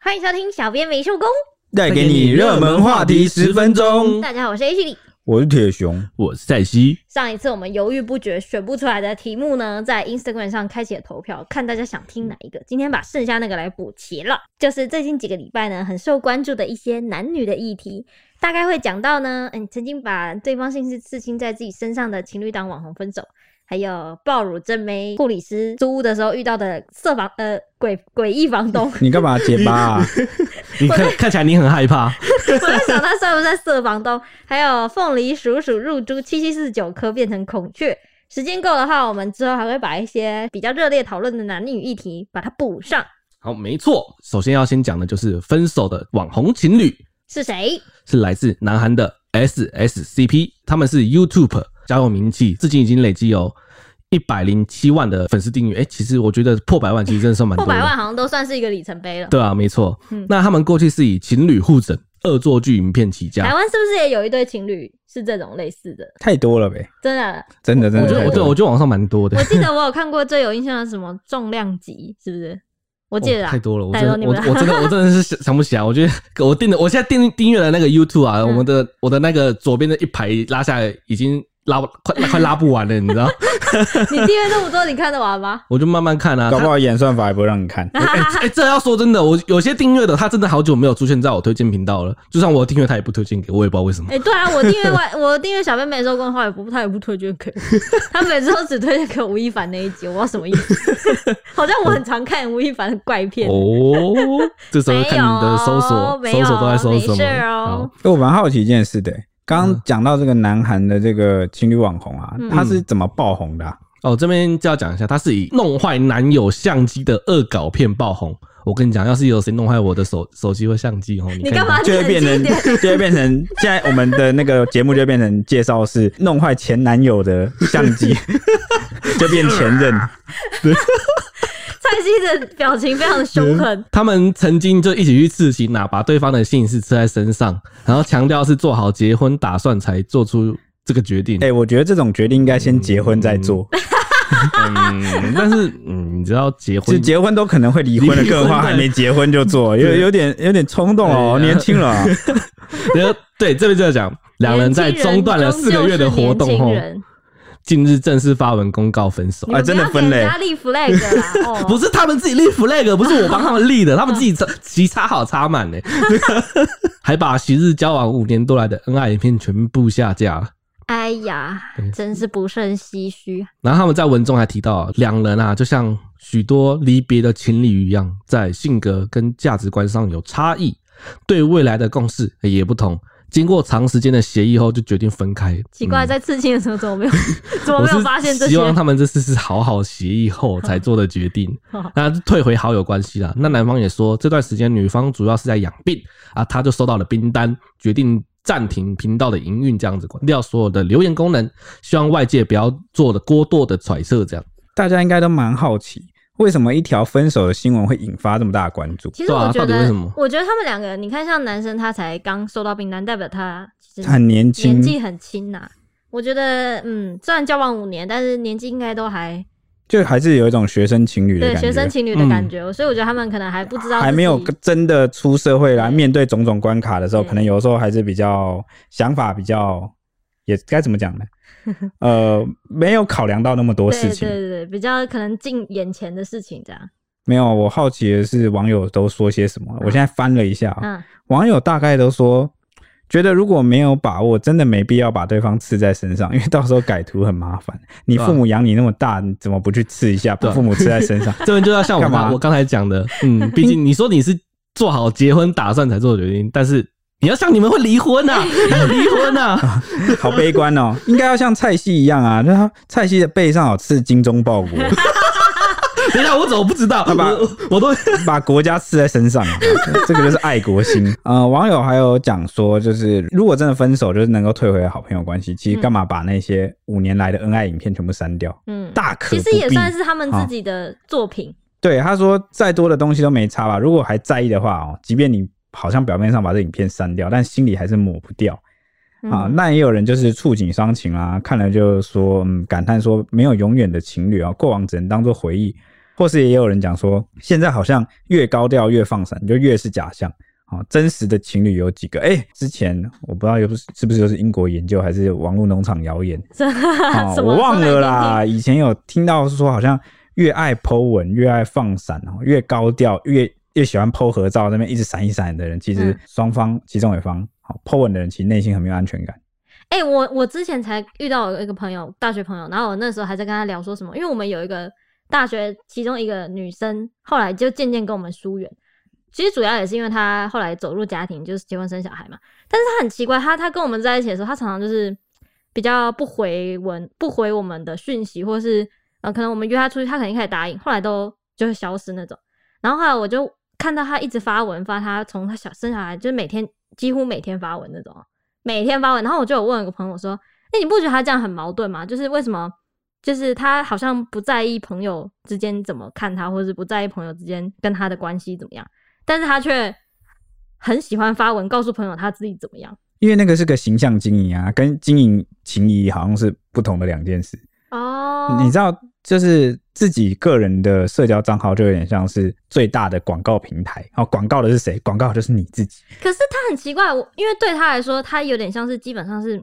欢迎收听小编没收工。带给你热门话题十分钟。大家好，我是 H 李。我是铁熊，我是蔡西，上一次我们犹豫不决选不出来的题目呢，在 Instagram 上开启了投票，看大家想听哪一个。今天把剩下那个来补齐了，就是最近几个礼拜呢，很受关注的一些男女的议题，大概会讲到呢，嗯，曾经把对方姓氏刺青在自己身上的情侣档网红分手，还有爆乳正妹护理师租屋的时候遇到的色房呃诡诡异房东，你干嘛结巴、 啊？你看看起来你很害怕， 我在想他算不算色房东？还有凤梨鼠鼠入珠七七四九颗变成孔雀。时间够的话，我们之后还会把一些比较热烈讨论的男女议题把它补上。好，没错。首先要先讲的就是分手的网红情侣是谁？是来自南韩的 S S C P，他们是 YouTube 小有名气，至今已经累积有一百零七万的粉丝订阅。哎、其实我觉得破百万其实真的算蛮破多的。百万好像都算是一个里程碑了。 对啊，没错。嗯那他们过去是以情侣互整、恶作剧影片起台家。湾是不是也有一对情侣是这种类似的？太多了呗，真 的，真的真我的觉得，太我觉得，多我了。觉得网上蛮多的我。记得我有看过最有印象的是什么重量级，是不是？我记得哦啊太，多了，我太真多的你我们我真的我真的是想 想不起来。我觉得我订的，我现在订订阅了那个 YouTube 啊，嗯我们的我的那个左边的一排拉下来，已经拉不快快拉不完了， 你知道？ 你订阅这么多，你看得完吗？我就慢慢看啊。搞不他好演算法也不让你看。哎、哎这要说真的，我有些订阅的他真的好久没有出现在我推荐频道了，就算我订阅他也不推荐给我，我也不知道为什么。 哎、对啊，我订阅外，我订阅小妹妹收工的话，也不，她也不推荐给我，她每次都只推荐给我吴亦凡那一集，我不知道什么意思。好像我很常看吴亦凡的怪片，哦，这时候看你的搜索没有搜索都在搜什没事么？哦好哎我蛮好奇一件事的、刚嗯刚讲到这个南韩的这个情侣网红啊，嗯他是怎么爆红的啊、哦，这边就要讲一下，他是以弄坏男友相机的恶搞片爆红。我跟你讲，要是有谁弄坏我的手手机或相机哦，你你干嘛就会变成啊冷静一点， 就会变成现在我们的那个节目就会变成介绍是弄坏前男友的相机， 就变前 任。蔡西的表情非常的凶狠，他们曾经就一起去刺青啊，把对方的姓氏刺在身上，然后强调是做好结婚打算才做出这个决定。哎、我觉得这种决定应该先结婚再做，嗯，但是 嗯，你知道结就婚结婚都可能会离婚的，离婚更何况还没结婚就做，有对有点有点冲动哦，对啊年轻了哦。然后对这边就要讲， 两人在中断了四个月的活动哦后年轻，人 近日正式发文公告啊分手。终究是年轻人哎真的分嘞你们不要给人家立 flag 啦，哦，不是他们自己立 flag，不是我帮他们立的，他们自己插旗插好插满 呢，还把昔日交往五年多来的恩爱影片全部下架了。哎呀，真是不胜唏嘘。然后他们在文中还提到，两人啊，就像许多离别的情侣一样，在性格跟价值观上有差异，对未来的共识也不同。经过长时间的协议后，就决定分开。奇怪，嗯在刺青的时候怎 么没有怎么我没有是发现这希些？望他们这次是好好协议后才做的决 定好，那就退回好友关系啦。那男方也说，这段时间女方主要是在养病啊，他就收到了冰单，决定暂停频道的营运，这样子关掉所有的留言功能，希望外界不要做的过多的揣 测，这样。 大家应该都蛮好奇，为什么一条分手的新闻会引发这么大的关注？其实对啊我觉到底得，为什么我觉得他们两个，你看，像男生他才刚收到订单，代表他其实很年轻年，纪很轻呐、我觉得，嗯，虽然交往五年，但是年纪应该都还就还是有一种学生情侣的对感觉，嗯学生情侣的感觉，所以我觉得他们可能还不知道自己，还没有真的出社会来对面对种种关卡的时候，对可能有时候还是比较想法比较，也该怎么讲 呢？呃，没有考量到那么多对事对情。对对，比较可能近眼前的事情这样。没有，我好奇的是网友都说些什么。我现在翻了一下啊、嗯，网友大概都说，觉得如果没有把握，真的没必要把对方刺在身上，因 为到时候改图很麻烦。你对啊父母养你那么大，你怎么不去刺一下，把对啊父母刺在身上？这边就要像我干嘛刚我刚才讲的，嗯，毕竟你说你是做好结婚打算才做的决定，但是你要像你们会离 婚呐、还有离婚啊呐、 好悲观哦！应该要像蔡西一样啊，就他蔡西的背上有刺精忠报国，等一下，我怎么不知道？爸爸我我都把国家刺在身上，啊这个就是爱国心。呃，网友还有讲说，就是如果真的分手，就是能够退回好朋友关系，其实干嘛把那些五年来的恩爱影片全部删掉？嗯，大可其不必。实也算是他们自己的作品。对，他说再多的东西都没差吧。如果还在意的话哦，即便你好像表面上把这影片删掉，但心里还是抹不掉啊。嗯那也有人就是触景伤情啊，看了就说嗯感叹说没有永远的情侣啊，过往只能当做回忆。或是也有人讲说，现在好像越高调越放闪，就越是假象。啊、真实的情侣有几个？哎、之前我不知道有是不是就是英国研究还是网络农场谣言，哦 啊什，么我忘了。说来听听啦。以前有听到说，好像越爱 Po 文、越爱放闪哦，越高调、越越喜欢 Po 合照，那边一直闪一闪的人，其实嗯双方其中有一方好 Po 文的人，其实内心很没有安全感。哎、我我之前才遇到我一个朋友，大学朋友，然后我那时候还在跟他聊说什么，因为我们有一个大学其中一个女生，后来就渐渐跟我们疏远。其实主要也是因为她后来走入家庭，就是结婚生小孩嘛。但是她很奇怪，她她跟我们在一起的时候，她常常就是比较不回文、不回我们的讯息，或是呃，可能我们约她出去，她肯定开始答应，后来都就会消失那种。然后后来我就看到她一直发文，发她从她小生小孩，就是每天几乎每天发文那种。啊每天发文，然后我就有问一个朋友说：“那你不觉得他这样很矛盾吗？就是为什么？就是他好像不在意朋友之间怎么看他，或者是不在意朋友之间跟他的关系怎么样，但是他却很喜欢发文告诉朋友他自己怎么样。因为那个是个形象经营啊，跟经营情谊好像是不同的两件事。哦你知道，就是自己个人的社交账号就有点像是最大的广告平台，然后广告的是谁？广告的就是你自己。可是他很奇怪，我因为对他来说，他有点像是基本上是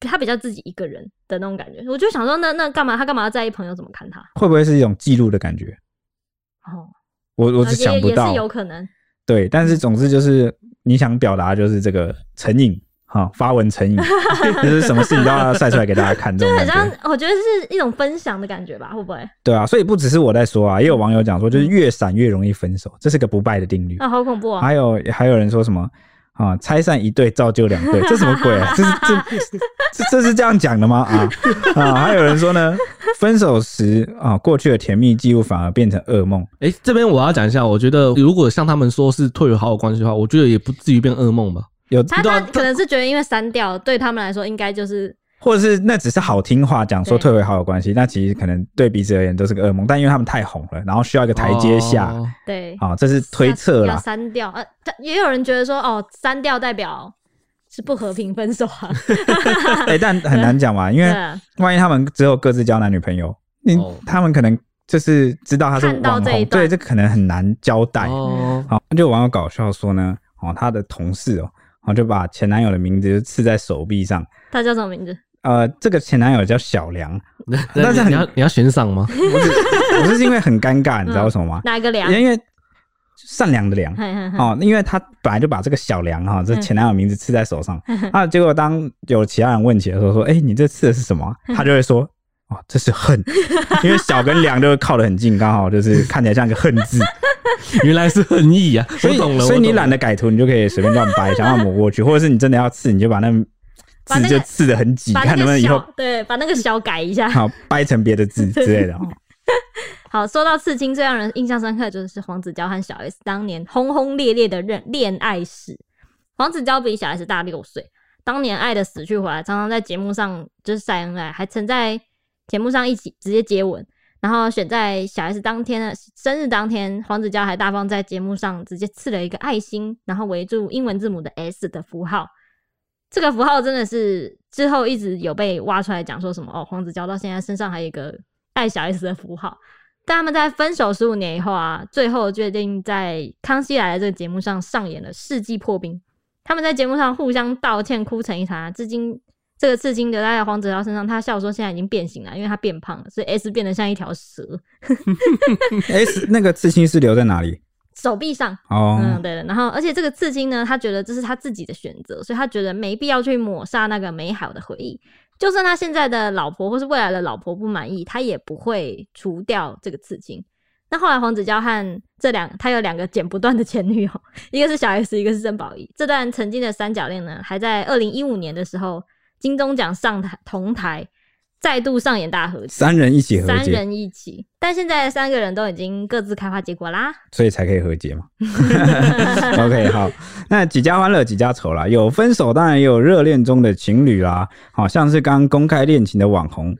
他比较自己一个人的那种感觉。我就想说那，那干嘛？他干嘛要在意朋友怎么看他？会不会是一种记录的感觉？哦，我我呃只想也不也到，是有可能。对，但是总之就是你想表达就是这个成瘾哈、发文 成瘾，就是什么事情都要晒出来给大家看，这就种很感像觉，，我觉得是一种分享的感觉吧，会不会？对啊，所以不只是我在说啊，也嗯有网友讲说，就是越闪越容易分手，这是个不败的定律。啊，好恐怖啊！还有还有人说什么啊，拆散一对造就两对，这什么鬼、啊？这是 这这这是这样讲的吗？啊啊，还有人说呢，分手时啊，过去的甜蜜记录反而变成噩梦。哎、这边我要讲一下，我觉得如果像他们说是退回好友关系的话，我觉得也不至于变噩梦吧。有他对啊他可能是觉得，因为删掉对他们来说应该就是或者是那只是好听话讲说对退回好友关系，那其实可能对彼此而言都是个噩梦，但因为他们太红了，然后需要一个台阶下哦对啊、这是推测要啦。删掉。呃，但也有人觉得说，哦，删掉代表是不和平分手啊，哎、但很难讲嘛，因对为啊，万一他们之后各自交男女朋友，你、哦他们可能就是知道他是看到网这一红，段对，这可能很难交代。哦，哎好，就有网友搞笑说呢，哦，他的同事哦，哦就把前男友的名字就刺在手臂上。他叫什么名字？呃，这个前男友叫小梁，那但是那很你要你要悬赏 吗？我只我是因为很尴尬，你知道为什么吗？哪一个嗯梁？因为善良的良嘿嘿嘿哦，因为他本来就把这个小梁哈、这嗯前男友名字刺在手上啊，结果当有其他人问起的时候说，哎、你这刺的是什么啊、嗯他就会说，哦，这是 恨，因为小跟梁就靠得很近，刚好就是看起来像个恨 字。原来是恨意啊！所以我懂了，所以我懂你懒了得改图，你就可以随便乱掰，想要抹过去，或者是你真的要刺，你就把那把那字个就刺的很挤，把看那能不个能以后小对，把那个小改一下。好掰成别的字之类的哦。好，说到刺青，最让人印象深刻的就是黄子佼和小 S 当年轰轰烈烈的恋恋爱史。黄子佼比小 S 大六岁，当年爱的死去活来，常常在节目上就是晒恩爱，还曾在节目上一起直接接吻。然后选在小 S 当天的生日当天，黄子佼还大方在节目上直接刺了一个爱心，然后围住英文字母的 S 的符号。这个符号真的是之后一直有被挖出来讲说什么哦，黄子佼到现在身上还有一个爱小 S 的符号。但他们在分手十五年以后啊，最后决定在《康熙来了》这个节目上上演了世纪破冰。他们在节目上互相道歉，哭成一团。至今，这个刺青留在黄子佼身上，他笑说现在已经变形了，因为他变胖了，所以 S 变得像一条蛇， S 那个刺青是留在哪里？手臂上。嗯，哦，对的。然后，而且这个刺青呢，他觉得这是他自己的选择，所以他觉得没必要去抹杀那个美好的回忆。就算他现在的老婆或是未来的老婆不满意，他也不会除掉这个刺青。那后来黄子佼和这两，他有两个剪不断的前女友，一个是小 S，一个是郑宝仪。这段曾经的三角恋呢，还在二零一五年的时候，金钟奖上台同台再度上演大合集，三人一起和三解，人一起。但现在三个人都已经各自开花结果 啦。所以才可以和解嘛。OK，好， 那几家欢乐几家愁啦，有分手，当然也有热恋中的情侣啦，好像是刚公开恋情的网红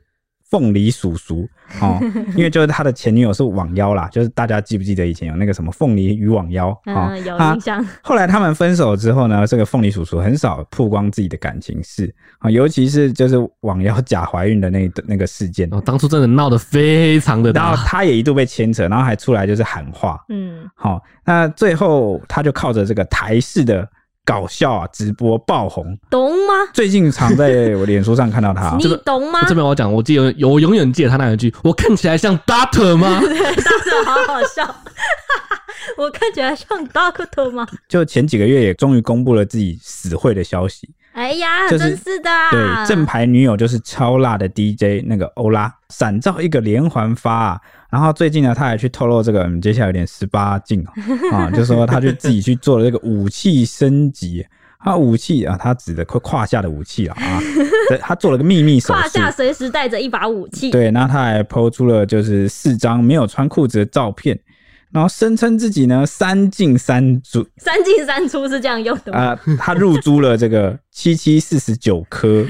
凤梨叔叔哦，因为就是他的前女友是网妖啦，就是大家记不记得以前有那个什么凤梨与网妖啊、嗯，有他印象。后来他们分手之后呢，这个凤梨叔叔很少曝光自己的感情事啊，尤其是就是网妖假怀孕的那那个事件，哦，当初真的闹得非常的然后大，他也一度被牵扯，然后还出来就是喊话，嗯，好、那最后他就靠着这个台式的搞笑啊直播爆红，懂吗？最近常在我脸书上看到他 你啊这懂吗？这边我要讲，我记得有我永远记得他那一句：“我看起来像 Doctor 吗 大家好好笑，我看起来像 Doctor 吗？就前几个月也终于公布了自己死会的消息，哎呀，就是真是的啊，对，正牌女友就是超辣的 DJ 那个欧拉，闪照一个连环发、啊。然后最近呢，他还去透露这个，嗯，接下来有点十八禁 哦啊，就说他就自己去做了这个武器升级。他武器啊，他指的胯胯下的武器啊， 啊，对他做了个秘密手胯势。下随时带着一把武器，对，那他还抛出了就是四张没有穿裤子的照片，然后声称自己呢三进三出，三进三出是这样用的吗？啊、他入租了这个七七四十 九颗，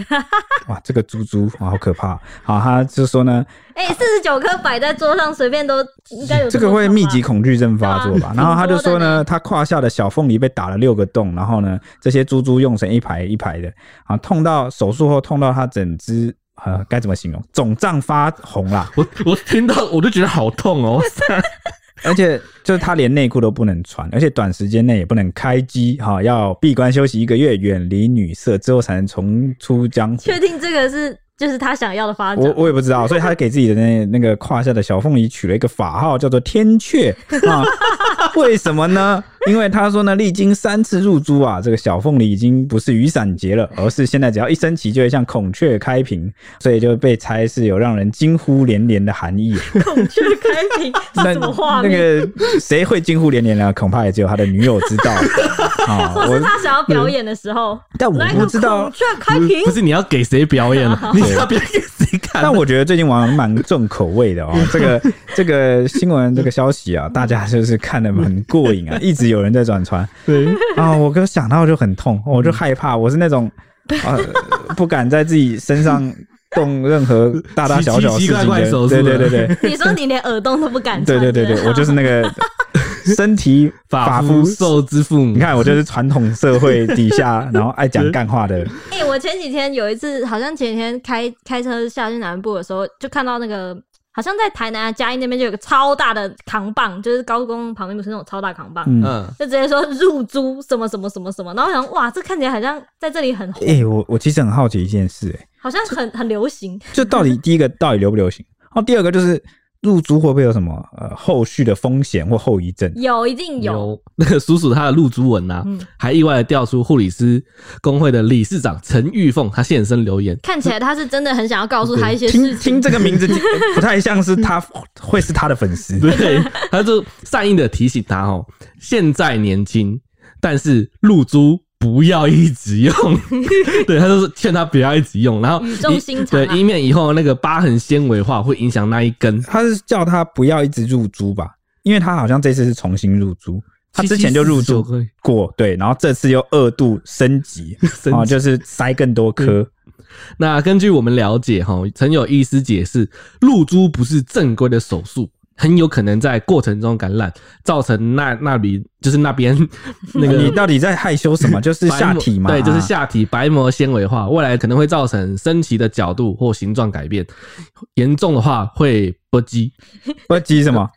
哇，这个猪猪哇，好可怕！好，他就说呢，哎，四十九颗摆在桌上，随便都应该有这个多会少吧密集恐惧症发作吧？对啊然后他就说挺多的呢，他胯下的小凤梨被打了六个洞，然后呢，这些猪猪用成一排一排的，啊，痛到手术后痛到他整只呃该怎么形容？肿胀发红啦，？”我我听到我就觉得好痛哦，而且就是他连内裤都不能穿，而且短时间内也不能开机，哈、要闭关休息一个月，远离女色之后才能重出江湖。确 定这个是就是他想要的发展我？我也不知道，所以他给自己的那那个胯下的小凤梨取了一个法号，叫做天雀啊。为什么呢？因为他说呢，历经三次入珠啊，这个小凤梨已经不是雨伞节了，而是现在只要一升旗就会像孔雀开屏，所以就被猜是有让人惊呼连连的含义。孔雀开屏 那是什么画那面？个谁会惊呼连连呢？恐怕也只有他的女友知道啊。或我是他想要表演的时候，但我来不个知道孔，雀开屏不，是你要给谁表演 啊？你要表演给谁看？但我觉得最近网友蛮重口味的哦，这个这个新闻这个消息啊，大家就是看得很过瘾啊，一直有人在转传对，啊，我哥想到就很痛，我就害怕，我是那种啊、不敢在自己身上动任何大大小小事奇奇怪情怪的，手对是吧对对对你说你连耳洞都不敢对穿，对 对对，我就是那个身体法发夫肤受之父母。你，看，我就是传统社会底下，然后爱讲干话 的，哎、我前几天有一次，好像前几天开开车下去南部的时候，就看到那个，好像在台南啊嘉义那边就有个超大的扛棒，就是高工旁边不是那种超大扛棒，嗯。嗯，就直接说入租什么什么什么什么，然后我想哇，这看起来好像在这里很红，哎、我我其实很好奇一件事、哎，好像很很流行，就到底第一个到底流不流行？然后第二个就是入租会不会有什么呃后续的风险或后遗症？有一定有，有 那个叔叔他的露珠文呐、嗯还意外的调出护理师工会的理事长陈玉凤，他现身留言。看起来他是真的很想要告诉他一些听事听情，这个名字不太像是他会是他的粉丝，对， 他就善意的提醒他哦，现在年轻，但是露珠不要一直用。 对，他就是劝他不要一直用，然后语重以心长啊对，以免以后那个疤痕纤维化会影响那一根。他是叫他不要一直入租吧，因为他好像这次是重新入租，他之前就入租7749颗过，对，然后这次又二度升级，嗯级哦，就是塞更多颗，那根据我们了解，哈，曾有医师解释，露珠不是正规的手术，很有可能在过程中感染，造成那那里就是那边那个你到底在害羞什么？就是白膜下体嘛，对，就是啊下体白膜纤维化，未来可能会造成身体的角度或形状改变，严重的话会不举，不急什么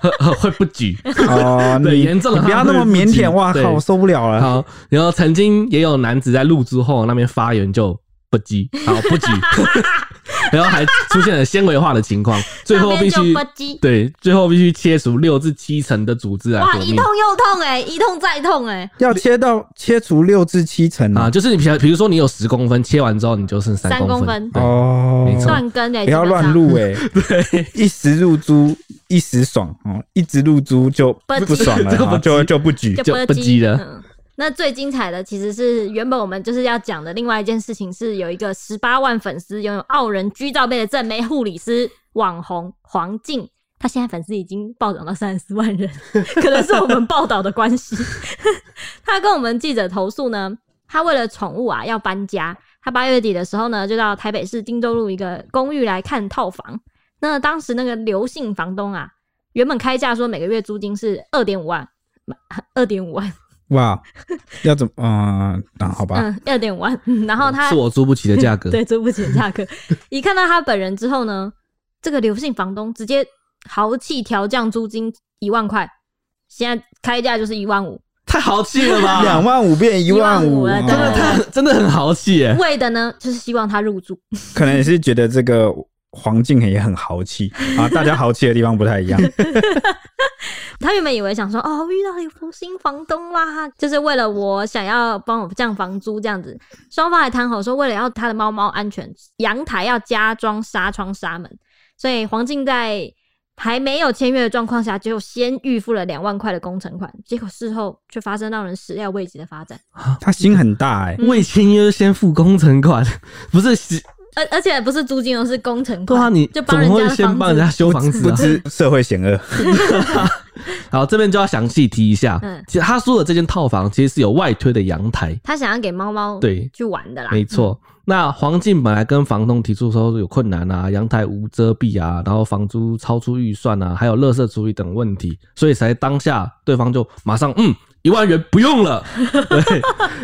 会不举。哦，对你严重的你不话要那会么不腼及腆，哇对靠，我受不了了。好，然后曾经也有男子在露珠后那边发言就不举，好不举，然后还出现了纤维化的情况，最后那必边就须不羁对，最后必须切除六至七成的组织来哇，活一命痛。又痛哎、一痛再痛哎、要切到切除六至七成啊，啊！就是你比比如说你有十公分，切完之后你就剩三三公公分分，对哦，没错断根哎、不要基本乱上入 哎、 一时入租一时爽哦，一直入租就不不爽了这个不啊，就就不举。就不不急了嗯那最精彩的其实是原本我们就是要讲的另外一件事情，是有一个十八万粉丝拥有傲人居罩杯的正妹护理师网红黄静，她现在粉丝已经暴涨到三十四万人， 可能是我们报道的 关系。她跟我们记者投诉呢，她为了宠物啊要搬家，他八月底的时候呢，就到台北市汀州路一个公寓来看套房。那当时那个刘姓房东啊，原本开价说每个月租金是二点五万，二点五万，哇，要怎么？嗯、那好吧，嗯，二点五万。嗯然后他是我租不起的价格，对，租不起的价格。一看到他本人之后呢，这个刘姓房东直接豪气调降租金一万块，现在开价就是一万五，太豪气了吧！两万五嗯变一万15,000五，了哦对真的太真的很豪气耶！为的呢就是希望他入住。可能也是觉得这个黄静也很豪气啊，大家豪气的地方不太一 样。他原本以为想说哦，遇到有新房东啦，就是为了我想要帮我降房租这样子。双方还谈好说，为了要他的猫猫安全，阳台要加装纱窗纱门。所以黄静在还没有签约的状况下，就先预付了两万块的工程款。结果事后却发生让人始料未及的发展，他心很大哎、未签约先付工程款， 不是是 而而且不是租金哦，是工程款。对啊，你就怎帮么人家会的先帮房人子家。修房子不啊？知社会险恶，好，这边就要详细提一下嗯，其实他说的这间套房其实是有外推的阳台，他想要给猫猫对去玩的啦，没错。那黄静本来跟房东提出说有困难啊，阳台无遮蔽啊，然后房租超出预算啊，还有垃圾处理等问题，所以才当下对方就马上嗯一万元不 用了。对，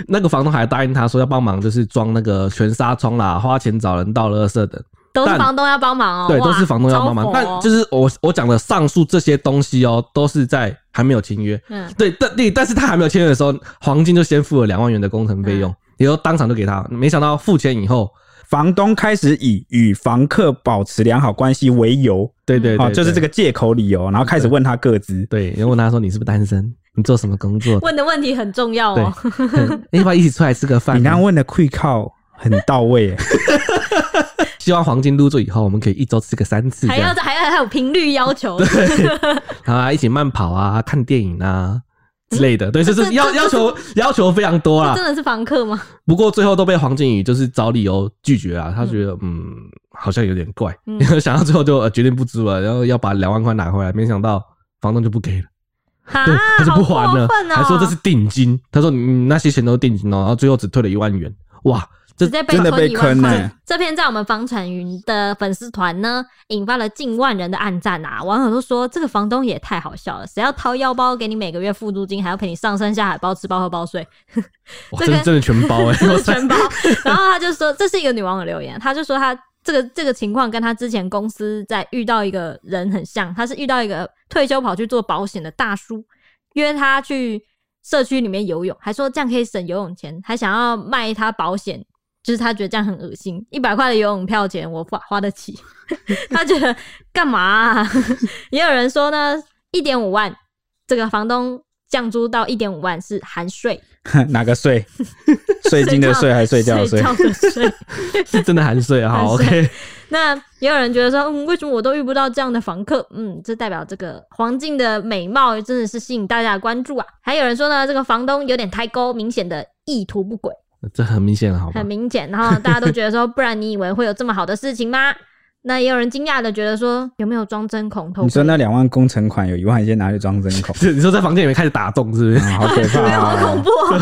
那个房东还答应他说要帮忙，就是装那个全纱窗啦，花钱找人倒垃圾等。都是但房东要帮忙哦，对，都哇是房东要帮忙超。佛但哦就是我我讲的上述这些东西哦，都是在还没有签约。嗯，对，但但但是他还没有签约的时候，黄金就先付了两万元的工程费嗯用，也就当场就给他。没想到付钱以后，房东开始以与房客保持良好关系为由，对对对啊，就是这个个借口理由，然后开始问他各自。对，然后问他说你是不是单身？你做什么工作？问的问题很重要对哦。，你 要不要一起出来吃个饭？你刚刚问的溃靠很到位、欸，希望黄金入住以后，我们可以一周吃个三次这还样要，还要还有频率要求，然后还一起慢跑啊，看电影啊。之类的，对，就是要要求要求非常多啦真。的是房客吗？不过最后都被黄靖宇就是找理由拒绝啊，他觉得嗯好像有点怪，嗯然后 想到最后就、呃决定不租了，然后要把两万块拿回来，没想到房东就不给了，啊对， 他就不还了，好过分哦、还说这是定金，他说嗯那些钱都是定金哦，然后最后只退了一万元，哇，这直接被真的吞被一万坑块。欸这篇在我们房产云的粉丝团呢，引发了近万人的暗赞啊！网友都说这个房东也太好笑了，谁要掏腰包给你每个月付租金，还要陪你上山下海，包吃包喝包睡，哇这真个的真的全 包哎、这是全包。 然后他就说，这是一个女网友留言，他就说他这个这个情况跟他之前公司在遇到一个人很像，他是遇到一个退休跑去做保险的大叔，约他去社区里面游泳，还说这样可以省游泳钱，还想要卖他保险。就是他觉得这样很恶心，一百块的游泳票钱我花花得起，他觉得干嘛啊、 也有人说呢，一点五万，这个房东降租到一点五万是含税， 哪个 税？税金的税还是睡觉 的睡税？觉的睡。 是真的含税啊，含好 OK， 那也有人觉得说，嗯，为什么我都遇不到这样的房客？嗯，这代表这个黄静的美貌真的是吸引大家的关注啊。还有人说呢，这个房东有点太高，明显的意图不轨，这很明显了，好吧，很，明显。然后大家都觉得说，不然你以为会有这么好的事情吗？那也有人惊讶的觉得说，有没有装针孔偷窥？你说那两万工程款有一万先拿去装针 孔是你说在房间里面开始打洞是不是？ 啊好可怕、没有好恐啊！ 怖哦、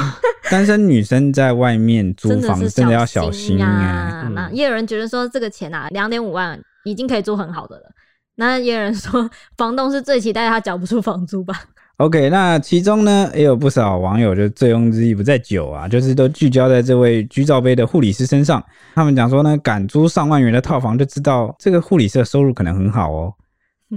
单身女生在外面租真的房是真的要小心心哎、啊！嗯那也有人觉得说这个钱啊，两点五万已经可以租很好的了。那也有人说，房东是最期待他缴不出房租吧？ OK，那其中呢也有不少网友就醉翁之意不在酒啊，就是都聚焦在这位居罩杯的护理师身上。他们讲说呢，敢租上万元的套房，就知道这个护理师的收入可能很好哦。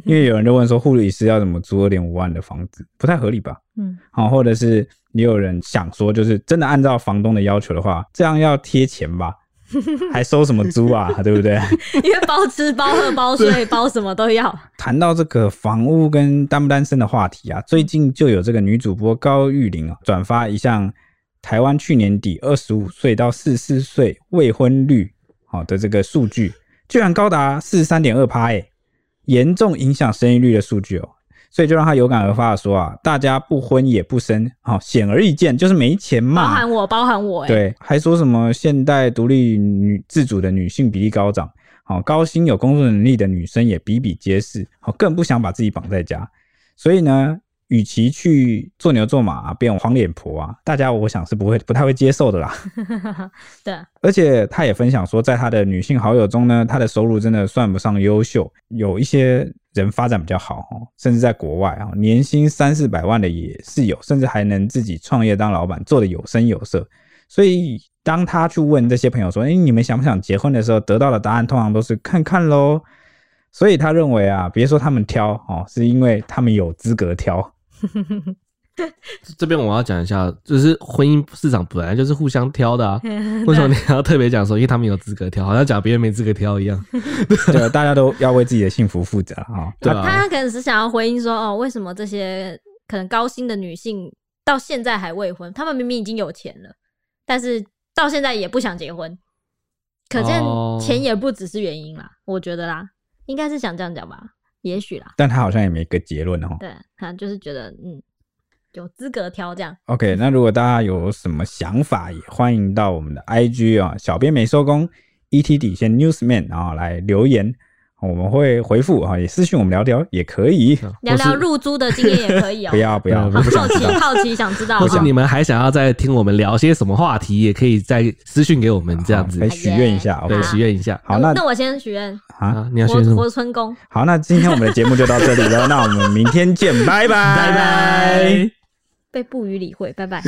因为有人就问说，护理师要怎么租二点五万的房子，不太合理吧？嗯，好、或者是也有人想说，就是真的按照房东的要求的话，这样要贴钱吧？还收什么租啊？对不对？因为包吃包喝包睡包什么都要。谈到这个房屋跟单不单身的话题啊，最近就有这个女主播高玉玲啊转发一项台湾去年底二十五岁到四十四岁未婚率好的这个数据，居然高达四十三点二趴，哎、严重影响生育率的数据哦。所以就让她有感而发的说啊，大家不婚也不生，好、显而易见就是没钱包嘛含。我，包含我、欸，，对，还说什么现代独立女自主的女性比例高涨，好、高薪有工作能力的女生也比比皆是，好、更不想把自己绑在家。所以呢，与其去做牛做马、变黄脸婆啊，大家我想是不会不太会接受的啦。对，而且他也分享说，在他的女性好友中呢，他的收入真的算不上优秀，有一些人发展比较好哦，甚至在国外啊，年薪三四百万的也是有，甚至还能自己创业当老板，做的有声有色。所以当他去问这些朋友说：“哎、你们想不想结婚？”的时候，得到的答案通常都是“看看喽”。所以他认为啊，别说他们挑哦，是因为他们有资格挑。这边我要讲一下，就是婚姻市场本来就是互相挑的啊。嗯 为什么你要特别讲说，因为他们有资格挑，好像讲别人没资格挑 一样？对，大家都要为自己的幸福负责啊、哦。对啊，他可能是想要回应说，哦，为什么这些可能高薪的女性到现在还未婚？她们明明已经有钱了，但是到现在也不想结婚，可见哦钱也不只是原因啦，我觉得啦，应该是想这样讲吧，也许啦，但他好像也没个结论哦。对，他就是觉得嗯，有资格挑这样， OK，那如果大家有什么想法，也欢迎到我们的 IG 啊、小编没收工，ET 底线 Newsman 啊、来留言，我们会回复啊、也私信我们聊聊也可以。聊啊或聊是入租的经验也可以哦、不要不要，对我不好想知奇道。好奇想知道或是哦你们还想要再听我们聊些什么话题，也可以再私讯给我们这样子可以，许愿一下好，OK 对，耶。许愿一下好，嗯那那我先许愿，啊，啊。你要许活愿什么？活春宫。好，那今天我们的节目就到这里了，那我们明天见，拜拜，拜拜。被不予理会，拜拜。